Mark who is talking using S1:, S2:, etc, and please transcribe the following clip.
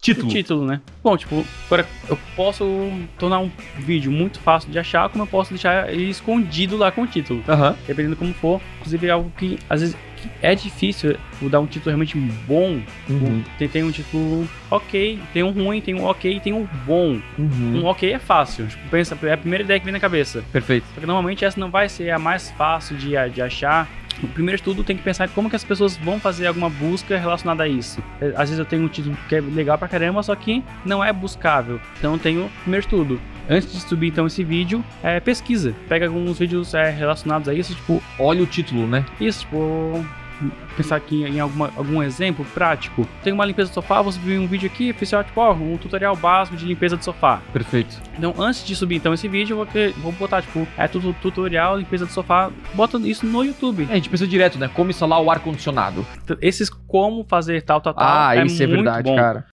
S1: Título.
S2: O título, né? Bom, tipo, agora eu posso tornar um vídeo muito fácil de achar, como eu posso deixar ele escondido lá com o título.
S1: Aham.
S2: Dependendo como for. Inclusive, é algo que às vezes que é difícil eu dar um título realmente bom.
S1: Uhum.
S2: Tem, tem um título ok, tem um ruim, tem um ok e tem um bom.
S1: Uhum.
S2: Um ok é fácil. Tipo, pensa, é a primeira ideia que vem na cabeça.
S1: Perfeito.
S2: Porque normalmente essa não vai ser a mais fácil de, de achar. O primeiro estudo tem que pensar em como que as pessoas vão fazer alguma busca relacionada a isso. É, Às vezes eu tenho um título que é legal pra caramba, só que não é buscável. Então eu tenho o primeiro estudo. Antes de subir então esse vídeo, é, pesquisa. Pega alguns vídeos é, relacionados a isso, tipo,
S1: Olha o título, né?
S2: isso, tipo. Pensar aqui em alguma, algum exemplo prático. Tem uma limpeza do sofá, vou subir um vídeo aqui, fiz tipo, ó, um tutorial básico de limpeza de sofá.
S1: Perfeito.
S2: Então, antes de subir então esse vídeo, eu vou, que- vou botar, tipo, é tudo tutorial, limpeza do sofá, bota isso no YouTube.
S1: É, a gente pensa direto, né? Como instalar o ar-condicionado.
S2: T- Esses como fazer tal, tal, tal.
S1: Ah,
S2: é
S1: isso é
S2: muito
S1: verdade,
S2: bom.
S1: cara.